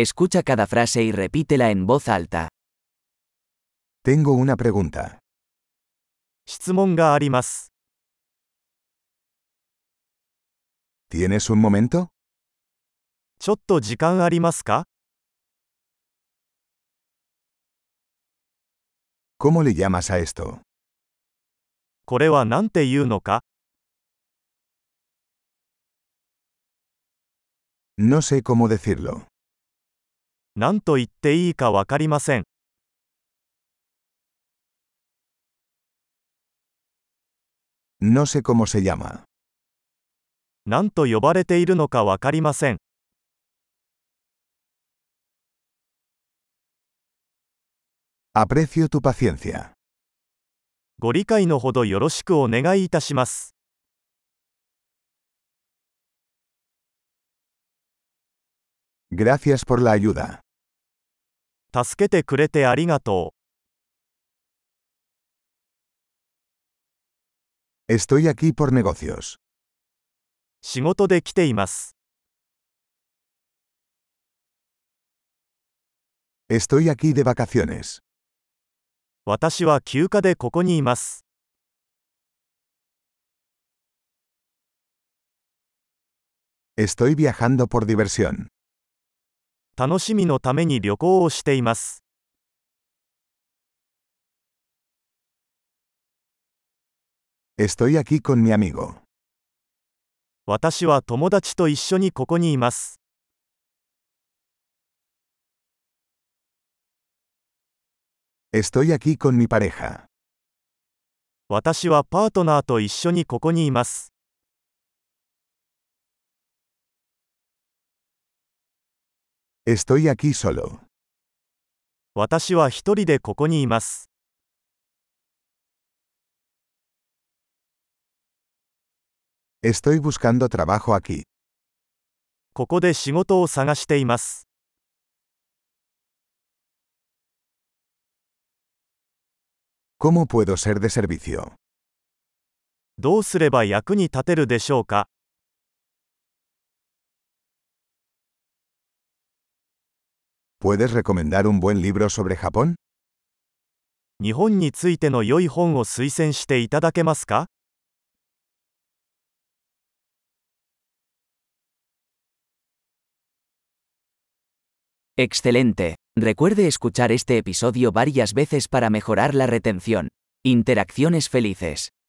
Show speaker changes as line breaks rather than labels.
Escucha cada frase y repítela en voz alta.
Tengo una pregunta.
質問があります。
¿Tienes un momento?
ちょっと時間ありますか
¿Cómo le llamas a esto?
これは何て言うのか
No sé cómo decirlo.
何と言っていいかわかりません。
No sé cómo se llama.
何と呼ばれているのかわかりません。
Aprecio tu paciencia.
ご理解のほどよろしくお願いいたします。
Gracias por la ayuda.
助けてくれてありがと
Estoy aquí por negocios.
う。仕事で来ています。
Estoy aquí de vacaciones.
私は休暇でここにいます。
Estoy viajando por diversión.
楽しみのために旅行をしています。
Estoy aquí con mi amigo.
私は友達と一緒にここにいます。
Estoy aquí con mi pareja.
私はパートナーと一緒にここにいます。
Estoy aquí solo.
私は一人でここにいます。
Estoy buscando trabajo aquí.
ここで仕事を探しています。
¿Cómo puedo ser de servicio?
どうすれば役に立てるでしょうか
¿Puedes recomendar un buen libro sobre Japón?
日本についての良い本を推薦していただけますか
Excelente. Recuerde escuchar este episodio varias veces para mejorar la retención. Interacciones felices.